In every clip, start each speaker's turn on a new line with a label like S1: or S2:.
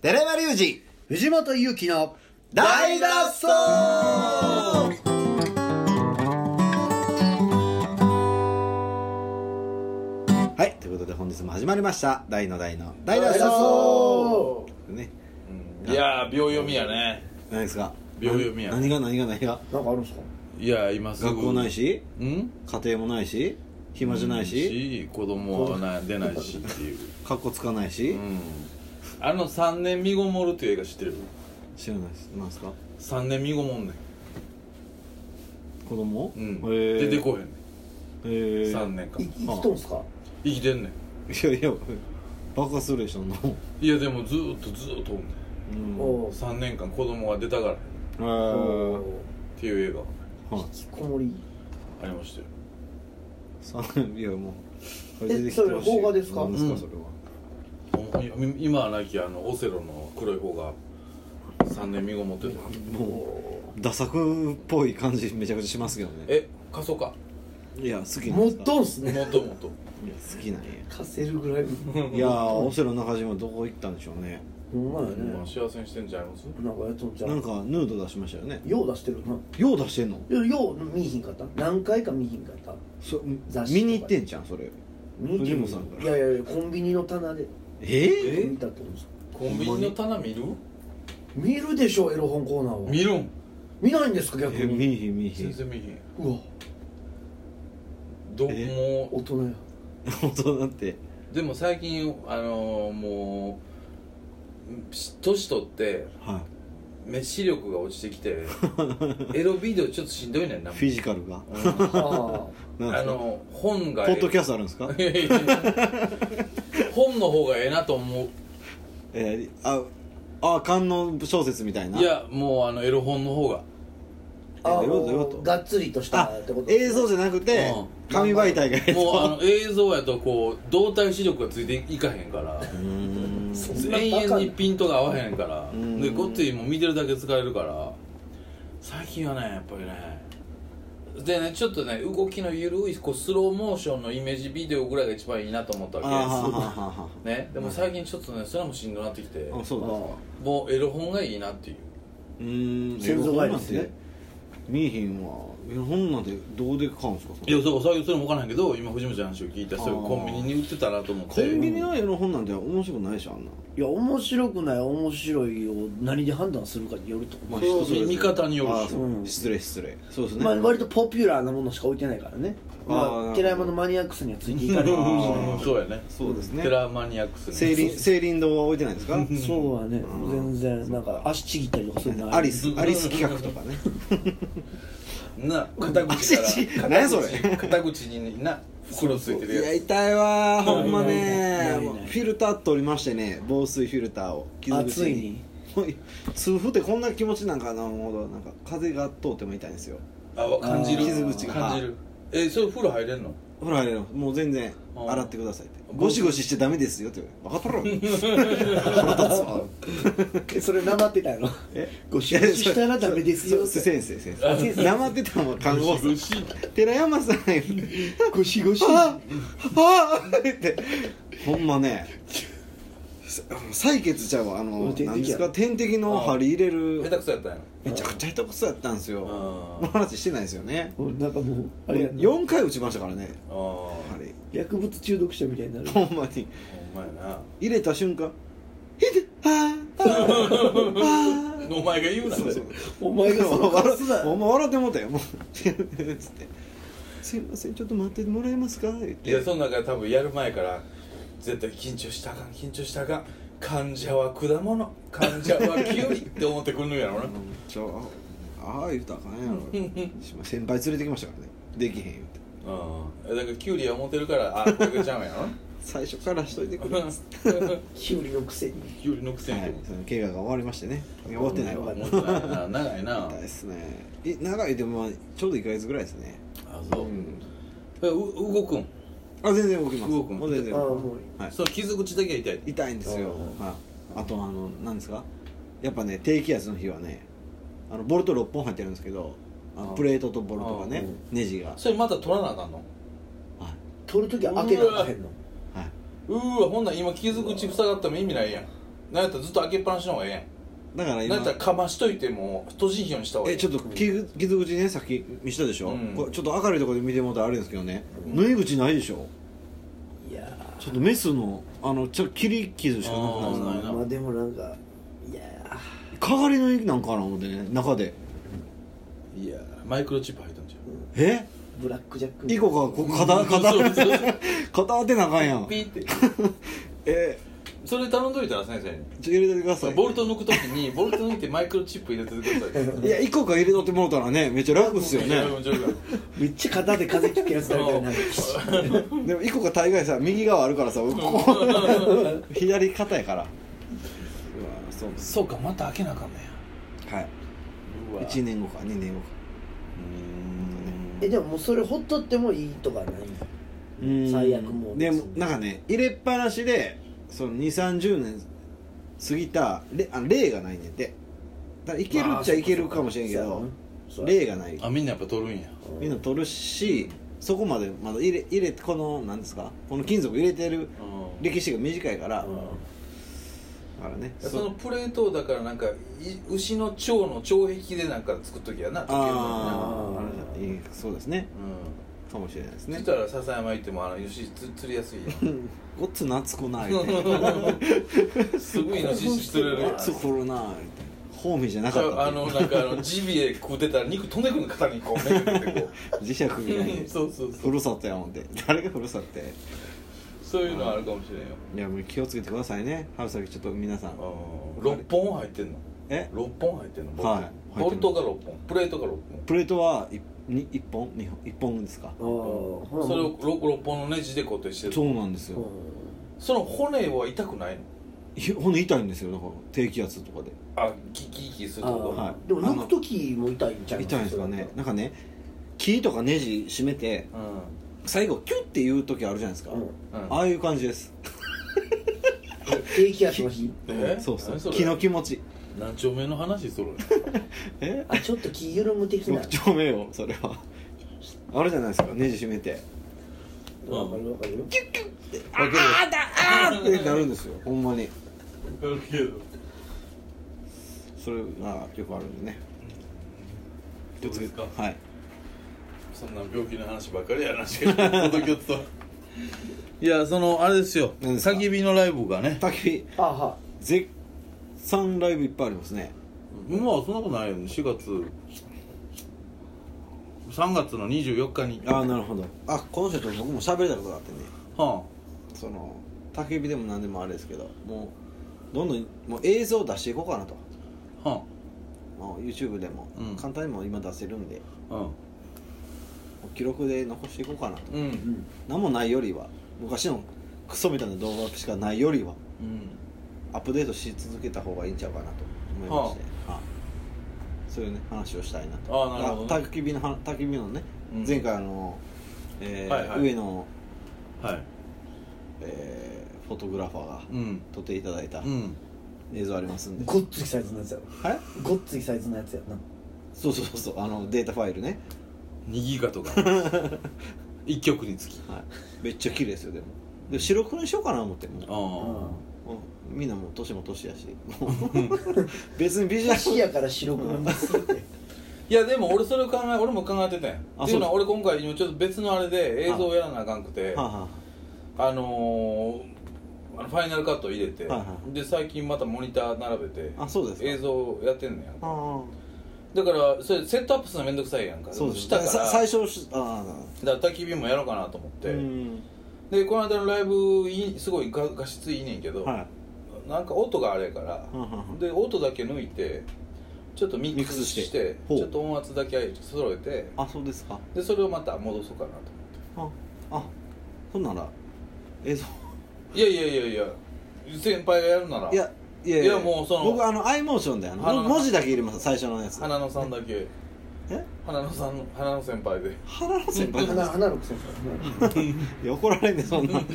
S1: 寺山隆
S2: 二藤本勇樹の
S1: 二大脱走はいということで本日も始まりました「大の大の大脱走
S2: 大脱」
S1: ね
S3: いやー秒読みやね
S1: 何ですか
S3: 秒読みや
S1: 何が何が何が
S2: なんかあるんですか
S3: いやー今すぐ
S1: 学校ないし
S3: うん
S1: 家庭もないし暇じゃないし
S3: 子供はな出ないしっていう
S1: かっこつかないし、
S3: うんあの「三年みごもる」っていう映画知ってる
S1: 知らないですなんですか
S3: 三年みごもんね
S1: 子供、
S3: んうん
S1: へ
S3: 出てこへんね
S1: え
S3: ん
S1: ー、
S3: 3年間
S2: い生きとんすか
S3: 生きてんね
S1: いやいやバカするでしょそんなもん
S3: んいやでもずーっとずーっとおんね
S1: うん
S2: お
S3: ん3年間子供が出たからっ
S1: え
S2: お
S1: ー
S3: ていう映画
S1: は
S3: が
S1: い
S2: 引きこもり
S3: ありましたよ
S1: 三いやもう
S2: えそれ邦画ですか
S1: 何ですか
S3: うん
S1: それは、
S3: ほんい今はなきあのオセロの黒い方が3年みごもってた
S1: もうダ作っぽい感じめちゃくちゃしますけどね
S3: え過疎か
S1: いや好きなん
S2: 持
S1: で
S2: っ
S1: すか
S2: とんすね
S3: も と
S1: い
S3: もと
S1: や好きなんや
S2: 貸せるぐらい
S1: いやーオセロ中島どこ行ったんでしょうね
S2: ほんまやね
S3: まあ幸せにしてんじゃいます
S2: なんかやっとんじゃ
S1: なん
S2: ん
S1: かヌード出しましたよね
S2: よう出してるな
S1: よう出してんの
S2: よよう見いひんかった何回か見いひんかった
S1: そ
S2: 雑誌とか
S1: 見に行ってんじゃんそれ
S2: 見いひ
S1: 藤本さんから
S2: いやいやいやコンビニの棚で
S1: え
S3: え
S2: 見たってことです
S3: コンビニの棚見る
S2: 見るでしょエロ本コーナーは
S3: 見るん
S2: 見ないんですか逆
S1: え
S2: に
S1: 見いひん見いひ
S3: 全
S1: ん
S3: 然見えへん
S2: うわ
S3: ど
S1: え
S3: も
S2: 大人や
S1: 大人って
S3: うでも最近あのーもうし年取って
S1: は
S3: 目視力が落ちてき てエロビデオちょっとしんどいねん
S1: い
S3: な
S1: フィジカルが
S3: うん
S2: は
S1: なんで
S3: あ
S1: すか
S3: の本
S1: ポ
S3: が
S1: ッドキャ
S3: ス
S1: ストあるんですか
S3: 本の方がええなと思
S1: えー、ああ観音小説みたいな
S3: ういやもうあのエロ本の 方が
S2: ああ
S1: えどういうことどういうこと
S2: のがっつりとした
S1: あ
S2: ってこと
S1: 映像じゃなくて
S3: うん
S1: 紙媒体がや
S3: もうあの映像やとこう動体視力がついていかへんから
S1: うーん
S2: そんな
S3: 永
S2: バカ
S3: 遠
S2: な
S3: にピントが合わへんから
S1: うん
S3: でごっついもう見てるだけ使えるから最近はねやっぱりねでねちょっとね動きの緩いこうスローモーションのイメージビデオぐらいが一番いいなと思った
S1: あーはは
S3: わ
S1: はは
S3: けですねでも最近ちょっとねそれもしんどなってきて
S1: あそうだ
S3: もうエロ本がいいなっていう
S1: うーん
S2: 先祖返りですね
S1: え見えひんわえ本なんてどうで買うんですかそ
S3: い
S1: れ
S3: やだから最近それも分からへんけど今藤本ちゃんの話を聞いたらそれコンビニに売ってたなと思って
S1: コンビニの絵の本なんて面白くないでしょあんな、
S2: いや面白くない面白いを何で判断するかによると
S3: それは見見方によるし
S1: あーそう
S2: うん
S1: 失礼失礼そうですね、
S2: まあ割とポピュラーなものしか置いてないからね
S1: あーなるほ
S2: ま
S1: ど
S2: あ寺山のマニアックさにはついていかないか
S3: う
S2: もしれ
S3: ん
S2: ない
S3: うんそうやね
S1: そうですね
S3: テラマニアックスね
S1: 聖林聖林堂は置いてないですか
S2: そうはね全然なんか足ちぎったりとかそういうのない
S1: アリスアリス企画とかね
S3: な肩口から
S1: 足ち
S3: 肩口
S1: 何それ
S3: 肩口にな袋ついて
S1: い
S3: るや
S1: や
S3: つ
S1: 痛いわーほんま
S2: ない
S1: ね
S2: ないない
S1: もうフィルター取りましてね防水フィルターを
S2: あついに
S1: もう痛風ってこんな気持ちなんかな思うほどなんか風が通っても痛いんですよ
S3: あわ感じる
S1: あー傷口が
S3: 感じるえそれ風呂入れんの
S1: ほらあれのもう全然
S3: あー
S1: 洗ってくださいってゴシゴシしちゃダメですよって分かったろ腹立つわ
S2: えそれなまってたやろ
S1: え
S2: ゴシゴシしたらダメですよ
S1: そ先生先
S3: あ
S1: 生なまってたのは看護師
S3: ゴシゴシ
S1: 寺山さん
S2: ゴシゴシ
S1: あああってほんまねさ採血ちゃうわあ
S2: う
S1: の
S2: ん点滴や
S1: 何ですか点滴の針入れ
S3: 下
S1: る
S3: 手くそやったんや
S1: めちゃくちゃ下手くそやったんですよこ
S3: あ
S1: の話してないですよね
S2: もうなんかもうあれやな
S1: 4回打ちましたからね
S3: あほ
S1: あれ
S2: 薬物中毒者みたいになる
S1: ほんまに
S3: んまやな
S1: 入れた瞬間「ひであーあーあ
S3: お前が言うなそれ
S2: お前がそのカス
S1: ー」
S2: だ
S1: お前笑ってもうたよもうつって「すいませんちょっと待っててもらえますか?」言っ
S3: いや
S1: て
S3: その中多分やる前から絶対緊張したらあかん緊張したらあかん患者は果物患者はキュウリって思ってくんのやろな
S1: 「ちょああ言うたらあかんやろ」先輩連れてきましたからねできへん言うて
S3: うんだからキュウリは持てるからあこれがちゃうんやろな
S1: 最初からしといてくれっつって
S2: キュウリのくせに
S3: キュウリのくせに
S1: はいその怪我が終わりましてね終わってないわ
S3: 思ってないな長いな
S1: 痛いですねえ長いでもまあちょうど1ヶ月ぐらいですね
S3: あそう、えう動くん
S1: あ全然動きます
S3: 動く
S1: もう全然
S2: ああも
S1: はい
S3: その傷口だけは痛い
S1: 痛いんですよ
S3: う
S1: はいあとあの何ですかやっぱね低気圧の日はねあのボルト6本入ってるんですけどあの
S3: あ
S1: プレートとボルトが
S3: あ
S1: ねネジがは
S3: それまた取らなあかんの
S1: い
S2: うん取るときは開けなあかへんの
S1: はいう
S3: ーわほんなら今傷口塞がっても意味ないやんなんやったらずっと開けっぱなしの方がええ
S1: だから
S3: やん
S1: 今
S3: なんやったらかましといても閉じひんようにした方がええ
S1: えちょっと傷傷口ねさっき見したでしょ、
S3: うん
S1: これちょっと明るいところで見てもらったらあれですけどね縫い口ないでしょ
S2: いや
S1: ちょっとメスのあのちょっと切り傷しかなくなるん
S3: ー
S1: です
S3: な
S1: よ
S3: い
S1: ね
S3: な
S2: まあでもなんかいや
S1: かがりの息なんかな思ってね中で
S3: いやマイクロチップ入ったんじ
S1: え
S2: ブラックジャック
S1: イコがこう肩
S3: そうそうそう
S1: 肩肩当て なあかんや
S3: ゃん
S1: ん
S3: ピーって
S1: え
S3: それ頼んどいたら先生に
S1: ちょ入れてください
S3: ボルト抜くときにボルト抜いてマイクロチップ入れててください
S1: いやイコが入れとってもらったらねめっちゃ楽っすよ
S3: い
S1: ね
S3: やもうちょっと
S2: めっちゃ肩で風切ったやつだみたいな
S1: でもイコが大概さ右側あるからさこう左肩やからうわそうです
S3: そうかまた開けなあかんね
S1: はい
S3: やう
S1: 1年後か2年後か
S2: えでももうそれほっとってもいいとかない
S1: うん
S2: 最悪もう
S1: でもなんかね入れっぱなしでその2 3 0年過ぎたれあの例がないねんてだからいけるっちゃいけるかもしれんけど
S2: そう
S1: 例がない
S3: あみんなやっぱ取るんや
S1: みんな取るしそこまでまだ入れ入れこのなんですかこの金属入れてる
S3: うん
S1: 歴史が短いから、
S2: うん
S1: だからね
S3: そのプレートをだからなんかい牛の腸の腸壁でなんか作っときやな溶けるようにな
S1: ああいいそうですね
S3: う
S1: かもしれないです
S3: ん
S1: ね
S3: そしたら笹山行ってもあの牛つ釣りやすいや ん
S1: ごっつ懐くな言うて
S3: すごいの 実質釣れる
S1: ご
S3: や
S1: っ
S3: ん
S1: つ来るな言うてホーミーじゃな
S3: じ
S1: かっ
S3: ゃ
S1: た
S3: ああ
S1: っていう
S3: のなんかあのジビエ食うてたら肉飛んでくるの肩にこう巡ってこ
S1: 磁石みたいに
S3: う そうそうそ
S1: ふ
S3: う
S1: るさとやもんで誰がふるさとって
S3: そういうのあるかもしれんよ
S1: いやもう気をつけてくださいね春先ちょっと皆さん
S3: うん六本入ってんの
S1: え
S3: 六本入ってんのボルト
S1: はい
S3: ボルトが六本プレートが六本
S1: プレートは 1, 一本2本1本ですか
S2: ああほら
S3: それを六六本のネジで固定してる
S1: そうなんです
S2: う
S1: よ
S2: ん
S3: その骨は痛くないの
S1: ひ骨痛いんですよだから低気圧とかで
S3: あキキキするとこ
S1: はい
S2: あーでも抜く時も痛いんちゃう
S1: 痛いんですかね
S2: そ
S1: なんかね木とかネジ締めて
S3: う
S1: 最後キュッていう時あるじゃないですか、
S2: れだとうん
S3: んうん
S1: ああいう感じです
S2: 低気圧の日
S3: え
S1: そうそう
S3: 何それ
S1: 気の気持ち
S3: 何丁目の話 それ
S1: え
S2: あちょっと気緩む 的な
S1: 6丁目よそれはあるじゃないですかネジ締めて
S3: 丁
S2: わかるわかるよ
S1: ああだあーってなるんですよほんまに
S3: るけど
S1: それがよくあるんでね
S3: どうですか
S1: はい
S3: そんな病気の話ばっかりやなしか届けと いやそのあれですよ
S1: 何ですか
S3: 叫びのライブがね
S1: 焚き火
S2: あは
S1: 絶賛ライブいっぱいありますね
S3: まあそんなことないよね4月3月の24日に
S1: ああなるほどあこの人と僕も喋れたことがあってね
S3: は
S1: その焚き火でも何でもあれですけどもうどんどんもう映像を出していこうかなと
S3: あは
S1: もう YouTube でも、
S3: うん
S1: 簡単にもう今出せるんで
S3: あうん
S1: もう記録で残していこうかなと
S3: うん
S2: あうん
S1: 何もないよりは昔のクソみたいな動画しかないよりはアップデートし続けた方がいいんちゃうかなと思いまして、はいそういうね話をしたいなと
S3: あーなるほどね
S1: 焚き火の話焚き火のね、
S3: うん
S1: 前回あの、えー
S3: はいはい
S1: 上野、
S3: はい
S1: えーフォトグラファーが
S3: うん
S1: 撮っていただいた
S3: うん
S1: 映像ありますんで、
S2: ごっついサイズのやつやろ
S1: はい
S2: ごっついサイズのやつやな
S1: そうそうそうそうあのデータファイルね、
S3: 2ギガ とか1曲につき
S1: はい、めっちゃ綺麗ですよでもで白黒にしようかな思ってもう
S3: ああ
S1: もうみんなもう年も年やし もう別にビジュアル
S2: 足やから白くなりすぎ て
S3: いやでも俺それを考え俺も考えてたんや
S1: あ
S3: っていうのは
S1: そう
S3: 俺今回今ちょっと別のあれで映像をやらなあかんくて
S1: はあ
S3: あ、
S1: は
S3: のー、あのファイナルカット入れて、
S1: はいはい
S3: で最近またモニター並べて
S1: ああそうですか
S3: 映像をやってんのや
S1: あー
S3: だからそれセットアップするのめんどくさいやんか
S1: そうです
S3: したから
S1: さ最初しああ
S3: だから焚き火もやろうかなと思って、
S1: うん
S3: でこの間のライブいいすごい画画質いいねんけど、
S1: はい
S3: なんか音があれやから、
S1: うんうんうん
S3: で音だけ抜いてちょっとミックスして
S1: ミックスしてほう
S3: ちょっと音圧だけ揃えて
S1: あそうですか
S3: でそれをまた戻そうかなと思
S1: ああほんなら映像
S3: っていやいやいやいや先輩がやるなら
S1: いやいや
S3: いやもうその
S1: 僕あのアイモーションであの
S3: 花の
S1: 文字だけ入れます最初のやつ
S3: 花野さんだけ
S1: え
S3: 花野さん花野先輩で
S1: 花の先輩
S2: 花花のくせに
S1: いや怒られんねそんな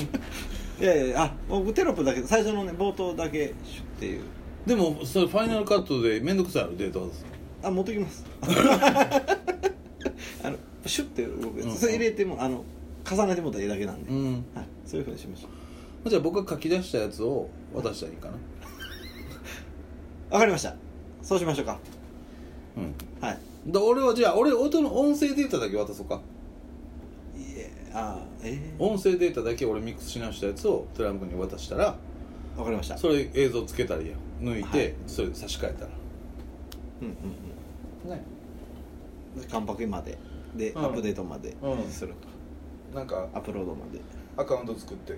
S1: いやいやいやあ僕テロップだけ最初のね冒頭だけシュッっていう
S3: でもそれファイナルカットで面倒くさいあるデータ外す
S1: あ持ってきます あのシュッて動くや
S3: うん
S1: つそれ入れてもあの重ねてもらったらいいだけなんで、
S3: うん
S1: はい、そういうふうにしましょう
S3: じゃあ僕が書き出したやつを渡したらいいかな
S1: わかりましたそうしましょうか
S3: うん
S1: はい
S3: だ俺はじゃあ俺音の音声データだけ渡そうか
S1: いえあーえー
S3: 音声データだけ俺ミックスし直したやつをトランプに渡したら
S1: わかりました
S3: それ映像つけたりや抜いて、
S1: はい
S3: それ差し替えたら
S1: うんうん
S3: ね
S1: うんで完パケまでで、
S3: うん
S1: アップデートまで
S3: うん
S1: すると、
S3: なんか
S1: アップロードまで
S3: アカウント作って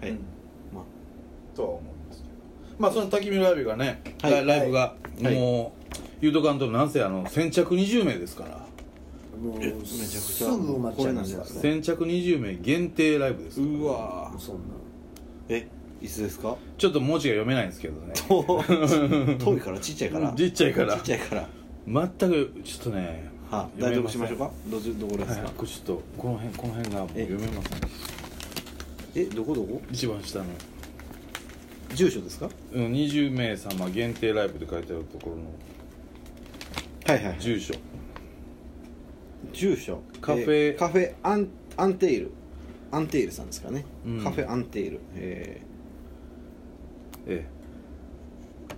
S1: はい、
S3: うん
S1: まあ
S3: とは思うんですけどまあその滝見ライブがね、
S1: はい
S3: ライライブが、
S1: はい
S3: もう、誘導監督なんせあの先着20名ですから
S2: も
S1: えめちゃ
S2: う
S1: くちゃ
S2: すぐ埋まっちゃいますから
S1: これなん
S3: 先
S2: ね
S3: 着20名限定ライブですから
S1: うわ
S2: そんな
S1: えいつですか
S3: ちょっと文字が読めないんですけど ね
S1: 遠いからちっちゃいから
S3: ちっちゃいから
S1: ちっちゃいから
S3: 全くちょっとね
S1: はい
S3: 読
S1: 代読
S3: めませ
S1: し
S3: ん
S1: ましょうかどじどこですか、
S3: はい、これちょっとこの辺この辺がもう
S1: え
S3: 読めませ
S1: え
S3: ん
S1: どこどこ
S3: 一番下の
S1: 住所ですか
S3: うん20名様限定ライブって書いてあるところの
S1: はいはい
S3: 住所
S1: 住所
S3: カフェ
S1: えーカフェアンアンテイルアンテイルさんですかね、
S3: うん
S1: カフェアンテイルえ
S3: ええ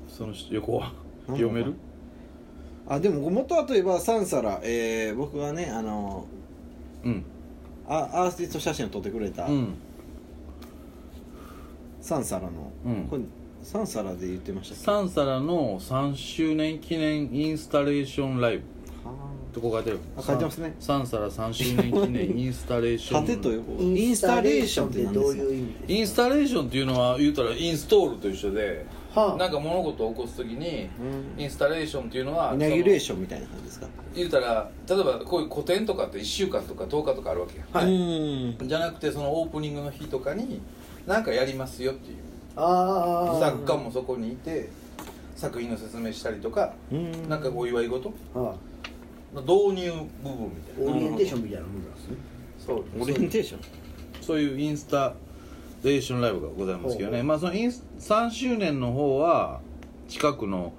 S3: その横
S1: な
S3: は
S1: んだ
S3: 読める
S1: ーあでも元はといえば3皿、えー僕がねあの
S3: うん
S1: あアーティスト写真を撮ってくれた
S3: うん
S1: 3皿の、
S3: うん
S1: これ3皿で言ってましたっ
S3: サンサラの3周年記念インスタレーションライブ
S1: けは
S3: とこ書いてある
S1: あ書いてますね
S3: サンサラ3周年記念インスタレーシ
S1: ー
S3: ョン
S1: 縦と横
S2: イ
S1: イ
S2: ン
S1: ン
S2: ス
S1: ス
S2: タ
S1: タ
S2: レ
S1: レ
S2: ー
S1: ー
S2: シ
S1: ショ
S2: ョン
S1: ン
S2: っ
S1: ってて何
S2: ど
S1: で
S2: う
S1: すか
S2: いう意味
S3: インスタレーションっていうのは言うたらインストールと一緒で
S2: はあ
S3: なんか物事を起こす時に
S1: うん
S3: インスタレーションっていうのは
S1: イナギュレー
S3: ョン
S1: ションみたいな感じですか
S3: 言うたら例えばこういう個展とかって1週間とか10日とかあるわけや
S2: はいう
S1: ーん
S3: じゃなくてそのオープニングの日とかに何かやりますよっていう
S2: ああ
S3: 作家もそこにいて作品の説明したりとか
S1: うーん
S3: なんかお祝い事
S2: は
S3: の導入部分み
S2: あ
S3: たい
S2: オ
S3: な
S2: リエンテーションみたいなもんなんですね
S3: そう
S1: オリエンテーション
S3: そういうインスタレーションライブがございますけど
S2: ほうほう
S3: ねまあそのインス3周年の方は近くの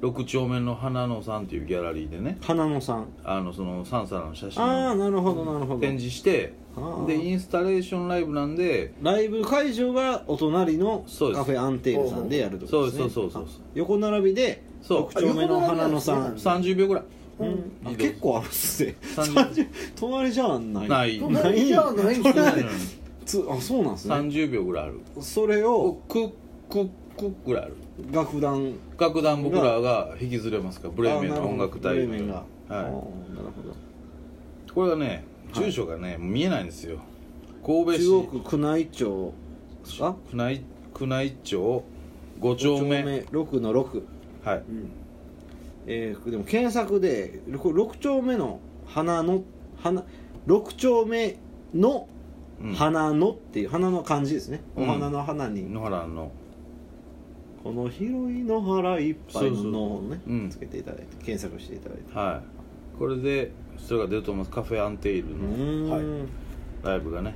S3: 6丁目の花野さんっていうギャラリーでね
S1: 花野さん
S3: あのそのサンサラの写真
S1: ああ
S3: を
S1: なるほどなるほど
S3: 展示して
S1: あー
S3: でインスタレーションライブなんで
S1: ライブ会場がお隣の
S3: そうです
S1: カフェアンテールさんでやるってことですね
S3: そうそうそうそうそう
S1: あ横並びで
S3: そう
S1: 6丁目の花野さ
S2: あ横並
S1: ん
S2: び
S3: 30秒ぐらい
S1: うんあ
S3: 移動
S1: 結構あるっすね
S3: 30
S1: 30隣じゃない
S3: ない
S2: 隣じゃないんです
S1: な
S2: ね
S1: いつあそうなんですね
S3: 30秒ぐらいある
S1: それを
S3: クックックッぐらいある
S1: 楽団
S3: 楽団僕らが引きずれますからブレーメンの音楽
S1: あな
S3: 隊
S1: るほどブレーメンがあーなる
S3: は
S1: ほど
S3: い、これがね住所がね、見えないんですよ神戸市
S1: 中央区宮内町ですか
S3: 宮内宮内町5丁目
S1: 6の6
S3: はい
S2: うん
S1: えーでも検索で6丁目の花の花6丁目の
S3: うん
S1: 花のっていう花の漢字ですね、
S3: うん
S1: お花の花に
S3: 野原の
S1: この広い野原いっぱいののをね
S3: そうそううん
S1: つけていただいて検索していただいて
S3: はいこれでそれが出ると思いますカフェアンテイル
S1: う
S3: の
S1: ーん、
S2: は
S3: ライブがね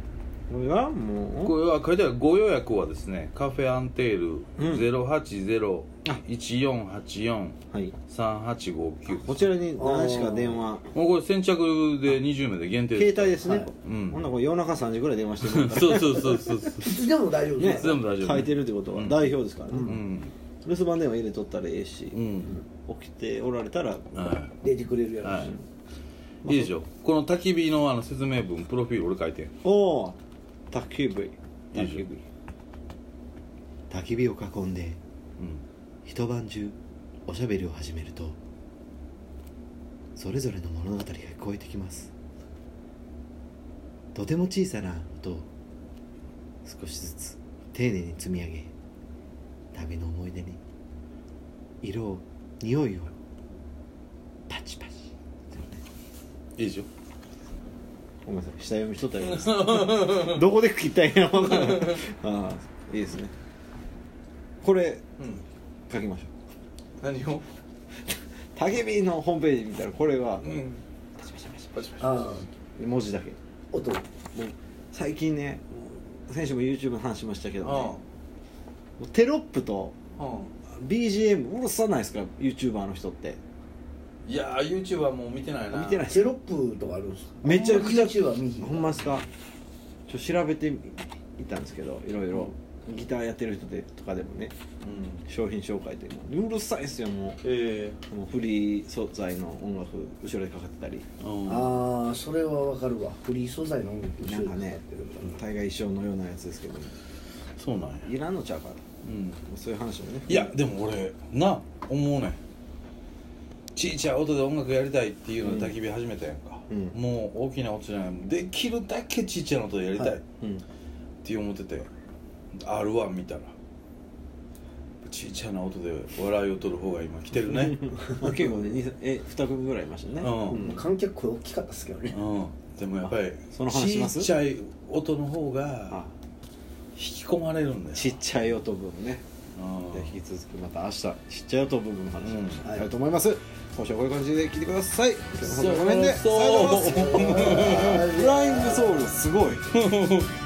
S1: これがも
S3: これは書いてあるご予約はですねカフェアンテイル
S1: ん
S3: 0801484
S1: うはい
S3: 3859
S1: こちらに何しか電話
S3: もうこれ先着で20名で限定
S1: 携帯ですね、
S2: はい
S3: うん
S1: ほんならこれ夜中3時ぐらい電話してもらったら
S3: そうそうそうそうそう
S2: いつでも 大丈夫
S1: ね
S2: で
S3: つ
S2: す
S3: でも大丈夫
S1: 書いてるってことは
S3: うん
S1: 代表ですからね、
S3: うん
S1: 留守番電話入れとったらええし、
S3: うん
S1: 起きておられたら
S3: は
S2: 出てくれるや
S3: い、
S2: ろう
S3: は
S2: し
S3: い、いいでしょこの焚き火のあの説明文プロフィール俺書いてん
S1: おお焚き火
S3: いい
S1: 焚
S3: じ
S1: き
S3: ゃん
S1: 火焚き火を囲んで
S3: うん
S1: 一晩中おしゃべりを始めるとそれぞれの物語が聞こえてきますとても小さな音を少しずつ丁寧に積み上げ旅の思い出に色を匂いをパチパチ
S3: いいでしょ
S1: ごめんなさい下読みしとったらいいですどこで切ったんや分からんないああいいですねこれ
S3: うん
S1: 書きましょ
S3: 何を
S1: うたけびのホームページ見たらこれは
S3: うん
S1: パチパチパチ
S3: パチパチ
S2: ああ
S1: 文字だけ
S2: 音
S1: もう最近ねもう先週も YouTube の話しましたけどねもうテロップと
S3: うんうん
S1: BGM うるさないですか YouTuber の人って
S3: いやー YouTube はもう見てないな
S1: 見てない
S2: テロップとかあるんですか
S1: めちゃくちゃ
S2: あんまり YouTube は見ひん
S1: ほんまですかちょっと調べてみたんですけどいろいろギターやってる人でとかでもね
S3: うん
S1: 商品紹介でもうるさいっすよも
S3: え
S1: うもうフリー素材の音楽後ろでかかってたり
S3: えうん
S2: ああそれはわかるわフリー素材の音楽
S1: なんかね
S2: 後ろにかかってるか
S1: 大概一緒のようなやつですけど
S3: そうなんや
S1: いらんのちゃうからも
S3: うん
S1: うそういう話もね
S3: いやでも俺な思うねんちいちゃい音で音楽やりたいっていうので焚き火始めたやんか、
S1: うん
S3: もう大きな音じゃないできるだけちいちゃいの音でやりたい
S2: は
S3: っ
S2: い
S1: うん
S3: て思ってて、R1 見たらちいちゃいな音で笑いを取る方が今来てるね
S1: まあ結構ねにえ2組ぐらいいましたね
S3: うん
S1: う
S2: ら
S1: ん
S2: 観客声大きかったっすけどね
S3: うんでもやっぱり
S1: その話します
S3: ちいちゃい音の方
S1: あ
S3: が引き込まれるんだよ
S1: ちっちゃい音分ね
S3: うん
S1: で引き続きまた明日ちっちゃい音部分の話
S3: うん
S1: をやると思います、今週はこういう感じで聞いてください今日もこの辺で
S3: そう
S1: さようならフライングソウルすごい